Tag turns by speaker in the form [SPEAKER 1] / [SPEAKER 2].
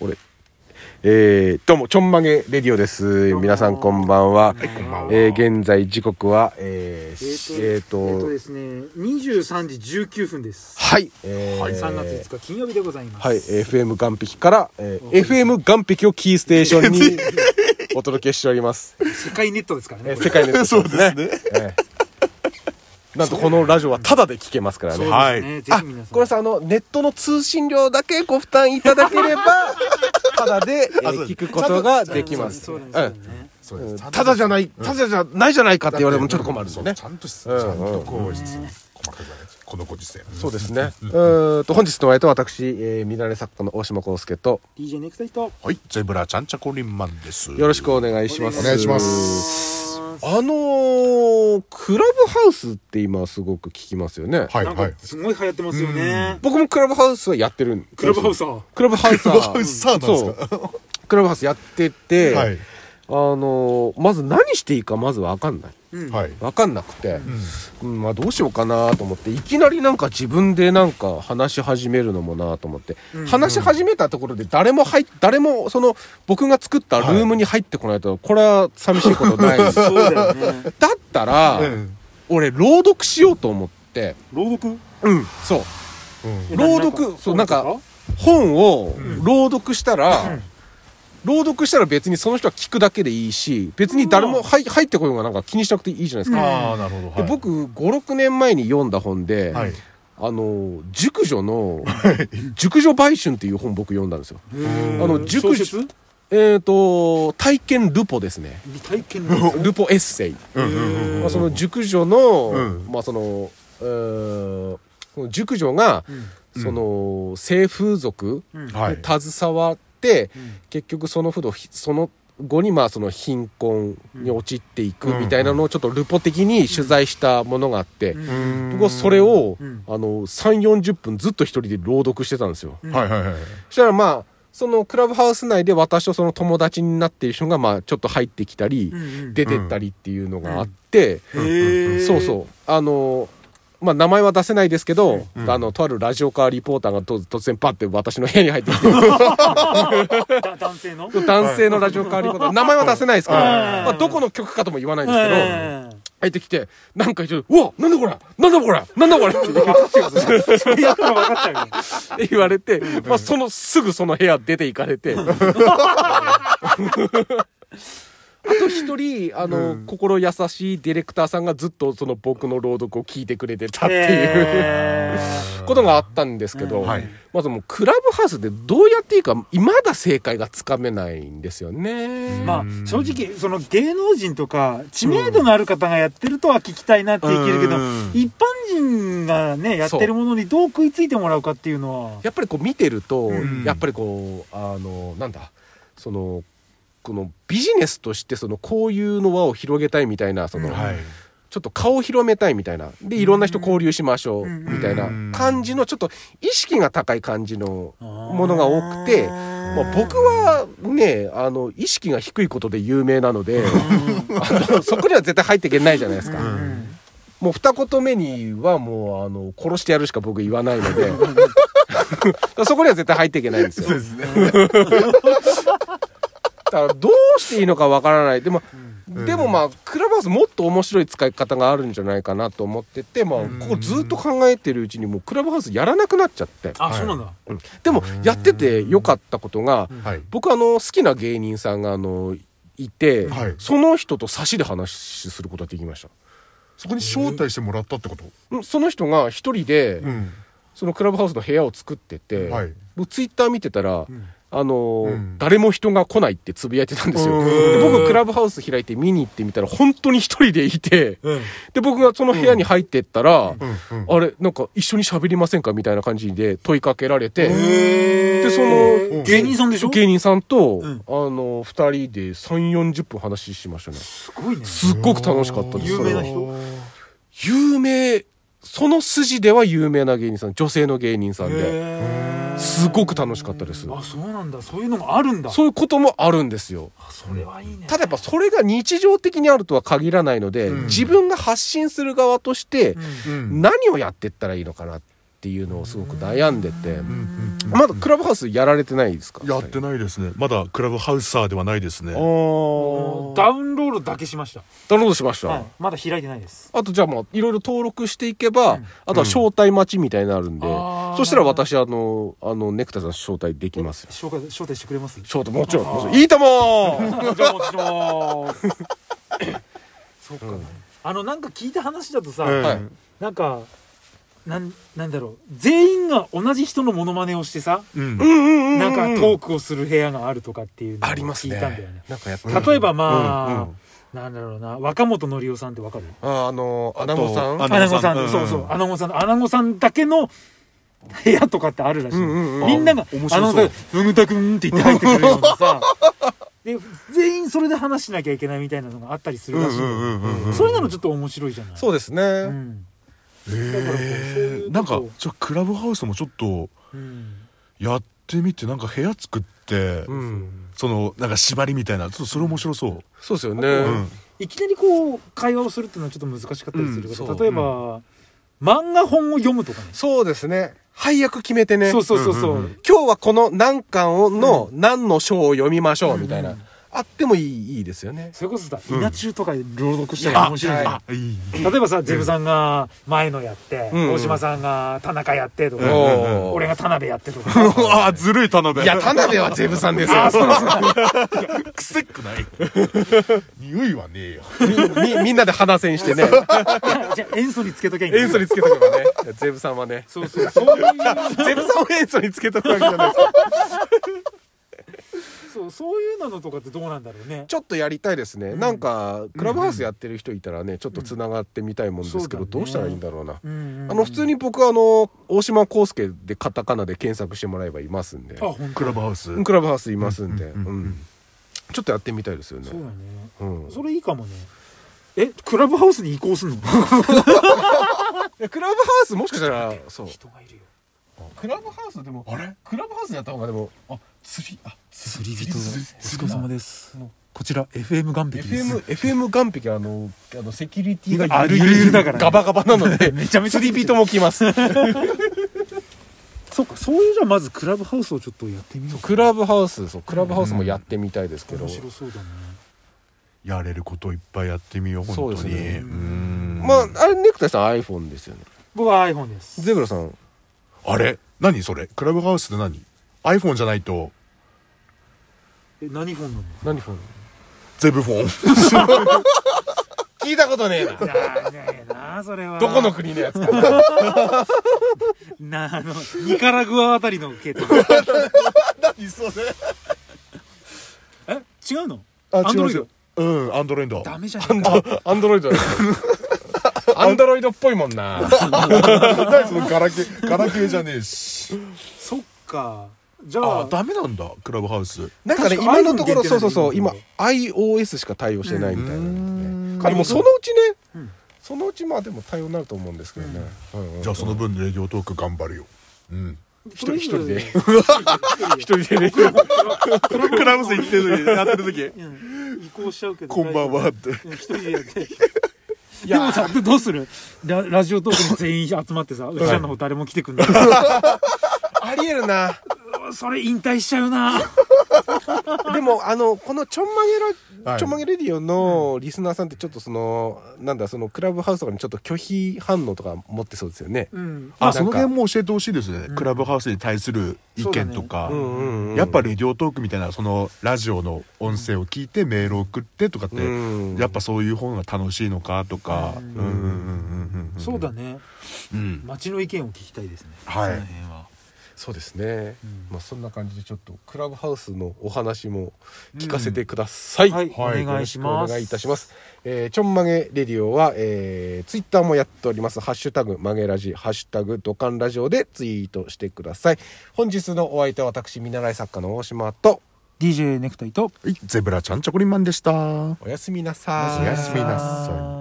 [SPEAKER 1] 俺えー、どうもちょんまげレディオです皆さんこんばんは、
[SPEAKER 2] こんばんは
[SPEAKER 1] えー、現在時刻はえ
[SPEAKER 3] えっと
[SPEAKER 1] ー、えー
[SPEAKER 3] えっ
[SPEAKER 1] と
[SPEAKER 3] とですね、23時19分です。
[SPEAKER 1] はい、えー、
[SPEAKER 3] 3月5日金曜日でございます。
[SPEAKER 1] はい、FM 岸壁から、えー、FM 岸壁をキーステーショ ンにお届けしております、
[SPEAKER 3] 世界ネットですから
[SPEAKER 1] え
[SPEAKER 3] ね。
[SPEAKER 1] ー、
[SPEAKER 3] これ
[SPEAKER 1] 世界のそうですねえーなんとこのラジオはタダで聞けますからね
[SPEAKER 2] は
[SPEAKER 3] そうですね。ぜ
[SPEAKER 1] あ
[SPEAKER 3] ひ皆さん。
[SPEAKER 1] これさあのネットの通信料だけご負担いただけれ ばタダで、えー
[SPEAKER 2] あそうです
[SPEAKER 1] 聞くことが
[SPEAKER 3] うん
[SPEAKER 1] できます
[SPEAKER 3] そうなん
[SPEAKER 1] う
[SPEAKER 3] で
[SPEAKER 1] ん
[SPEAKER 3] すよね。
[SPEAKER 2] そう
[SPEAKER 1] う
[SPEAKER 2] で
[SPEAKER 1] ん
[SPEAKER 2] す
[SPEAKER 1] ただじゃない、ただじゃないじゃないかって言われてもちょっと困るんですよね。
[SPEAKER 2] ちゃんとしち
[SPEAKER 1] う
[SPEAKER 2] ゃ
[SPEAKER 1] ん
[SPEAKER 2] んとこう質細かくはないこのご時世
[SPEAKER 1] そうですね。うーんと、本日のお相手は私、えー、見られ作家の大島康介と、
[SPEAKER 3] DJ ネクタイと。
[SPEAKER 2] はいゼブラちゃんちゃこりんまんです
[SPEAKER 1] よろしくお願いします。
[SPEAKER 3] お
[SPEAKER 2] 願いします
[SPEAKER 1] あのー、クラブハウスって今すごく聞きますよね。
[SPEAKER 2] はい
[SPEAKER 3] なんか
[SPEAKER 2] はい
[SPEAKER 3] すごい流行ってますよね。
[SPEAKER 1] 僕もクラブハウスはやってるんです
[SPEAKER 3] クラブハウスは。
[SPEAKER 1] クラブハウスは
[SPEAKER 2] クラブハウスサーなんです
[SPEAKER 1] そうクラブハウスやってて、
[SPEAKER 2] はい
[SPEAKER 1] あのーまず何していいかまずわかんない。
[SPEAKER 3] うん。
[SPEAKER 2] はい
[SPEAKER 1] わかんなくて、うんまあ、どうしようかなと思っていきなりなんか自分でなんか話し始めるのもなと思って、話し始めたところで誰も入っ誰もその僕が作ったルームに入ってこないとこれは寂しいこと ないだ
[SPEAKER 3] そうだよね。
[SPEAKER 1] ったら、
[SPEAKER 2] うん
[SPEAKER 1] 俺朗読しようと思って
[SPEAKER 3] 朗読
[SPEAKER 1] うんそう
[SPEAKER 2] うん
[SPEAKER 1] 朗読そうなんか
[SPEAKER 3] 朗
[SPEAKER 1] 本を朗読したら、朗読したら別にその人は聞くだけでいいし別に誰も入入ってこようがなんか気にしなくていいじゃないですか。
[SPEAKER 2] ああなるほど
[SPEAKER 1] で
[SPEAKER 2] はい
[SPEAKER 1] 僕56年前に読んだ本で、
[SPEAKER 2] はい
[SPEAKER 1] あの熟女の「熟女売春」っていう本僕読んだんですよ。
[SPEAKER 3] うん
[SPEAKER 1] あの熟
[SPEAKER 3] 小
[SPEAKER 1] 女
[SPEAKER 3] 説
[SPEAKER 1] えっ、と体験ルポですね
[SPEAKER 3] 未体験
[SPEAKER 1] ルポエッセイ、
[SPEAKER 2] うんうんうん
[SPEAKER 1] まあ、その熟女の、
[SPEAKER 2] うん
[SPEAKER 1] まあそのうーんその熟女が、
[SPEAKER 2] うん
[SPEAKER 1] その性風俗
[SPEAKER 2] はい
[SPEAKER 1] に携わって、
[SPEAKER 3] ん
[SPEAKER 1] 結局その不動その後にまあその貧困に陥っていくみたいなのをちょっとルポ的に取材したものがあって、
[SPEAKER 3] うん
[SPEAKER 1] 僕はそれを、
[SPEAKER 3] うん
[SPEAKER 1] あの3 4 0分ずっと一人で朗読してたんですよ、
[SPEAKER 2] はいはいはい
[SPEAKER 1] そしたらまあそのクラブハウス内で私とその友達になっている人がまあちょっと入ってきたり、
[SPEAKER 3] うん
[SPEAKER 1] 出てったりっていうのがあって、
[SPEAKER 3] へー
[SPEAKER 1] そうそうあのまあ名前は出せないですけど、
[SPEAKER 2] うん
[SPEAKER 1] あのとあるラジオカーリポーターがと突然パッて私の部屋に入 ってきて
[SPEAKER 3] だ男性の
[SPEAKER 1] 男性のラジオカーリポーター名前は出せないですけど、
[SPEAKER 3] うん
[SPEAKER 1] まあ、どこの曲かとも言わないんですけど、
[SPEAKER 3] ええ
[SPEAKER 1] 入ってきてなんか一応「うわなんだこれなんだこれなんだこれ」って言って
[SPEAKER 3] それやったら分かっちゃうよ。
[SPEAKER 1] って言われて、まあ、その、すぐその部屋出て行かれて。あと一人、あの、心優しいディレクターさんがずっとその僕の朗読を聞いてくれてた っていう、
[SPEAKER 3] ええ
[SPEAKER 1] ことがあったんですけど、
[SPEAKER 3] うん
[SPEAKER 2] はい
[SPEAKER 1] まずもうクラブハウスでどうやっていいか、まだ正解がつかめないんですよね。
[SPEAKER 3] まあ正直その芸能人とか知名度のある方がやってるとは聞きたいなって言けるけど、
[SPEAKER 2] うん
[SPEAKER 3] 一般人がねやってるものにどう食いついてもらうかっていうのは
[SPEAKER 1] やっぱりこう見てると、
[SPEAKER 2] ん
[SPEAKER 1] やっぱりこうあのなんだそのこのビジネスとしてその交友の輪を広げたいみたいなその、
[SPEAKER 2] はい
[SPEAKER 1] ちょっと顔を広めたいみたいなでいろんな人交流しましょう
[SPEAKER 3] うん
[SPEAKER 1] みたいな
[SPEAKER 2] うん
[SPEAKER 1] 感じのちょっと意識が高い感じのものが多くて、
[SPEAKER 3] あー
[SPEAKER 1] まあ、僕はねあの意識が低いことで有名なので あのそこには絶対入っていけないじゃないですか。
[SPEAKER 3] うん
[SPEAKER 1] もう二言目にはもうあの殺してやるしか僕言わないの でそこには絶対入っていけないんですよ。
[SPEAKER 2] そうですね
[SPEAKER 1] だからどうしていいのかわからないでも、でもまあクラブハウスもっと面白い使い方があるんじゃないかなと思ってて、まあ、ここずっと考えてるうちにもうクラブハウスやらなくなっちゃって、
[SPEAKER 3] あそうなんだ、
[SPEAKER 1] うんでもやっててよかったことが、
[SPEAKER 2] はい
[SPEAKER 1] 僕あの好きな芸人さんがあのいて、
[SPEAKER 2] はい
[SPEAKER 1] その人と差しで話しすることができました。
[SPEAKER 2] そこに招待してもらったってこと
[SPEAKER 1] うんその人が一人で、
[SPEAKER 2] ん
[SPEAKER 1] そのクラブハウスの部屋を作ってて、
[SPEAKER 2] はい
[SPEAKER 1] 僕ツイッター見てたら、あのー
[SPEAKER 2] うん
[SPEAKER 1] 誰も人が来ないってつぶやいてたんですよ。
[SPEAKER 2] うん
[SPEAKER 1] で僕クラブハウス開いて見に行ってみたら本当に一人でいて、で僕がその部屋に入ってったら、
[SPEAKER 2] うん
[SPEAKER 1] あれなんか一緒に喋りませんかみたいな感じで問いかけられて、
[SPEAKER 3] で
[SPEAKER 1] でその
[SPEAKER 3] 芸人さんでしょ
[SPEAKER 1] 芸人さんと、
[SPEAKER 3] ん
[SPEAKER 1] あの二人で三四十分話しましたね。
[SPEAKER 3] すごいね
[SPEAKER 1] すっごく楽しかったです。
[SPEAKER 3] 有名な人
[SPEAKER 1] それは有名その筋では有名な芸人さん女性の芸人さんで
[SPEAKER 3] へー
[SPEAKER 1] すごく楽しかったです
[SPEAKER 3] あそうなんだそういうのもあるんだ
[SPEAKER 1] そういうこともあるんですよ
[SPEAKER 3] あそれはいいね
[SPEAKER 1] ただやっぱそれが日常的にあるとは限らないので、
[SPEAKER 2] うん
[SPEAKER 1] 自分が発信する側として
[SPEAKER 3] うん
[SPEAKER 2] うん
[SPEAKER 1] 何をやってったらいいのかなっっていうのをすごく悩んでて、
[SPEAKER 2] うんうん
[SPEAKER 1] まだクラブハウスやられてないですか
[SPEAKER 2] やって
[SPEAKER 1] い
[SPEAKER 2] ないですねまだクラブハウサーではないですね
[SPEAKER 1] あー
[SPEAKER 3] ダウンロードだけしました、
[SPEAKER 1] ダウンロードしました、
[SPEAKER 3] はい、まだ開いてないです
[SPEAKER 1] あとじゃあまあいろいろ登録していけば、あとは招待待ちみたいなのあるんで、
[SPEAKER 3] あー
[SPEAKER 1] そしたら私あのあのネクタさん招待できますよ
[SPEAKER 3] 紹介招待してくれます
[SPEAKER 1] 招待もちろんもちろんいいとも
[SPEAKER 3] じゃあお持ちします。 そうか、あのなんか聞いた話だとさ、
[SPEAKER 2] うん
[SPEAKER 1] はい
[SPEAKER 3] なんかなんなんだろう全員が同じ人のモノマネをしてさ、
[SPEAKER 2] う
[SPEAKER 1] う
[SPEAKER 2] ん
[SPEAKER 1] んうんうんうん
[SPEAKER 3] なんかトークをする部屋があるとかっていうのを
[SPEAKER 1] あります
[SPEAKER 3] 聞い
[SPEAKER 1] ね
[SPEAKER 3] たんだよね。
[SPEAKER 1] なんかやっぱ
[SPEAKER 3] 例えばまあ、
[SPEAKER 1] うんうん
[SPEAKER 3] なんだろうな若本のりおさんってわかる？
[SPEAKER 1] ああのアナゴさん
[SPEAKER 2] あ
[SPEAKER 3] ア
[SPEAKER 2] と
[SPEAKER 3] ナゴさん、
[SPEAKER 2] うん
[SPEAKER 3] そうそうアナゴさんアナゴさんだけの部屋とかってあるらしい、
[SPEAKER 1] うんうんうん
[SPEAKER 3] みんなが「
[SPEAKER 2] 面白そ
[SPEAKER 3] あ
[SPEAKER 2] う
[SPEAKER 3] のさふぐたくん」って言って入ってくるようなさで全員それで話しなきゃいけないみたいなのがあったりするらしい、
[SPEAKER 2] うんうんうんうん
[SPEAKER 3] そういうのもちょっと面白いじゃない
[SPEAKER 1] そううですね、
[SPEAKER 3] ん
[SPEAKER 2] へーなんかちょクラブハウスもちょっと
[SPEAKER 3] うん
[SPEAKER 2] やってみてなんか部屋作って、
[SPEAKER 1] うん
[SPEAKER 2] そのなんか縛りみたいなちょっとそれ面白そう、
[SPEAKER 1] そうですよね、
[SPEAKER 2] うん
[SPEAKER 3] いきなりこう会話をするっていうのはちょっと難しかったりするから、
[SPEAKER 1] うんそう
[SPEAKER 3] 例えば、漫画本を読むとかね
[SPEAKER 1] そうですね配役決めてね
[SPEAKER 3] そうそうそうそう、
[SPEAKER 2] うんうんうん
[SPEAKER 1] 今日はこの何巻をの何の章を読みましょうみたいな、
[SPEAKER 3] うんうん
[SPEAKER 1] あってもいいいいですよね
[SPEAKER 3] それこそさ
[SPEAKER 2] うん
[SPEAKER 3] 稲中とかで朗読したら面白いじゃん、
[SPEAKER 2] あいい
[SPEAKER 3] 例えばさゼブさんが前野やって、
[SPEAKER 1] うん
[SPEAKER 3] 大島さんが田中やってとか、
[SPEAKER 2] うん
[SPEAKER 1] おー
[SPEAKER 3] 俺が田辺やってとか
[SPEAKER 2] あずるい田辺
[SPEAKER 1] いや田辺はゼブさんですよ
[SPEAKER 2] くせっくない匂いはねえよ
[SPEAKER 1] みみみんなで鼻線して ね
[SPEAKER 3] じゃあ塩素につけとけん
[SPEAKER 1] 塩素につけとけばねゼブさんはね
[SPEAKER 3] そうそうそういう
[SPEAKER 1] ゼブさんを塩素につけとくわけじゃないですか
[SPEAKER 3] そうそういうのとかってどうなんだろうね
[SPEAKER 1] ちょっとやりたいですね、なんかクラブハウスやってる人いたらねちょっとつながってみたいもんですけど、
[SPEAKER 3] うん
[SPEAKER 1] どうしたらいいんだろうな、
[SPEAKER 3] うんうんうん
[SPEAKER 1] あの普通に僕はあの大島康介でカタカナで検索してもらえばいますんで
[SPEAKER 3] あ本当
[SPEAKER 2] クラブハウス
[SPEAKER 1] クラブハウスいますんで、
[SPEAKER 2] うんうんうん
[SPEAKER 1] うんちょっとやってみたいですよね
[SPEAKER 3] そうだね、
[SPEAKER 1] うん
[SPEAKER 3] それいいかもねえクラブハウスに移行すんの
[SPEAKER 1] いやクラブハウスもしかしたらそう
[SPEAKER 3] 人がいるよ
[SPEAKER 1] クラブハウスでも
[SPEAKER 2] あれ
[SPEAKER 1] クラブハウスやった方がでもあ釣りあ
[SPEAKER 3] 釣り
[SPEAKER 2] 人お疲れ様
[SPEAKER 3] ですこちら FM 岩壁
[SPEAKER 1] FM FM 岸壁あのあのセキュリティが
[SPEAKER 3] あゆるゆるだからね
[SPEAKER 1] ガバガバなの で
[SPEAKER 3] めちゃめちゃ
[SPEAKER 1] 釣り人も来ます
[SPEAKER 3] そうかそういうじゃあまずクラブハウスをちょっとやってみようか
[SPEAKER 1] クラブハウスそうクラブハウスもやってみたいですけど、
[SPEAKER 3] 面白そうだね
[SPEAKER 2] やれることいっぱいやってみよう本当に
[SPEAKER 1] そうですね
[SPEAKER 2] うん
[SPEAKER 1] まああれネクタイさん iPhone ですよね
[SPEAKER 3] 僕は iPhone です
[SPEAKER 1] ゼブラさん
[SPEAKER 2] あれ何それクラブハウスって何 iPhone じゃないと
[SPEAKER 3] え何フォンなの
[SPEAKER 1] 何フォン
[SPEAKER 2] ゼブフォン
[SPEAKER 1] 聞いたことねえない
[SPEAKER 3] やねえなそれは
[SPEAKER 1] どこの国のやつか
[SPEAKER 3] なあのニカラグアあたりの系統
[SPEAKER 2] 何それ
[SPEAKER 3] え違うの
[SPEAKER 2] あ違う
[SPEAKER 3] Android
[SPEAKER 2] 違ううんアンドロイド
[SPEAKER 3] ダメじゃね
[SPEAKER 1] アンドアンドロイドだアンドロイドっぽいもんな
[SPEAKER 2] 何そのガラケーガラケーじゃねえし
[SPEAKER 3] えそっかじゃあ
[SPEAKER 2] あダメなんだクラブハウス
[SPEAKER 1] なんかね、
[SPEAKER 3] 確か
[SPEAKER 1] 今のところ、
[SPEAKER 3] iPhone 限定
[SPEAKER 1] そ
[SPEAKER 3] な
[SPEAKER 1] うん
[SPEAKER 3] だ
[SPEAKER 1] そうそう、
[SPEAKER 3] 今
[SPEAKER 1] 今
[SPEAKER 3] のと、
[SPEAKER 1] iOS しか対応してないみたいなんでね。あ、でもそのうちね、そのうちまあでも対応になると思うんですけどね。うんうん
[SPEAKER 2] じゃあその分レディオトーク頑張るようん
[SPEAKER 1] 一人一人で、
[SPEAKER 3] 一
[SPEAKER 1] 一人でね。
[SPEAKER 2] クラブハウス行ってる時やってる
[SPEAKER 3] 人
[SPEAKER 2] 時
[SPEAKER 3] 移行しちゃうけど
[SPEAKER 2] こんばんはって
[SPEAKER 3] うん一人でやってでもさどうするララジオトークに全員集まってさうちらの方誰も来てく んない
[SPEAKER 1] ありえるな。
[SPEAKER 3] それ引退しちゃうな
[SPEAKER 1] でも、あの、このちょんまげ
[SPEAKER 2] は
[SPEAKER 1] ら、
[SPEAKER 2] い
[SPEAKER 1] ちょんまげレディオのリスナーさんってちょっとその、なんだ、そのクラブハウスとかにちょっと拒否反応とか持ってそうですよね。
[SPEAKER 3] うん
[SPEAKER 2] あ
[SPEAKER 1] なんか
[SPEAKER 2] その辺も教えてほしいですね、クラブハウスに対する意見とか、
[SPEAKER 1] うんうんうん
[SPEAKER 2] やっぱレディオトークみたいなそのラジオの音声を聞いてメールを送ってとかって、
[SPEAKER 1] うん
[SPEAKER 2] やっぱそういう方が楽しいのかとか、うん、うんうんうんうん
[SPEAKER 3] そうだね
[SPEAKER 2] うん
[SPEAKER 3] 町の意見を聞きたいですね
[SPEAKER 2] はい
[SPEAKER 3] その辺は
[SPEAKER 1] そうですね。まあそんな感じでちょっとクラブハウスのお話も聞かせてください。
[SPEAKER 3] はいお願いします
[SPEAKER 1] よろくお願いいたします。えーちょんまげレディオは、えツイッター Twitter もやっております。ハッシュタグまげラジ、ハッシュタグドカンラジオでツイートしてください。本日のお相手は私見習い作家の大島と
[SPEAKER 3] DJ ネクタイと
[SPEAKER 2] はいゼブラちゃんチョコリンマンでしたお
[SPEAKER 1] おやすみなさ
[SPEAKER 2] やすみなさい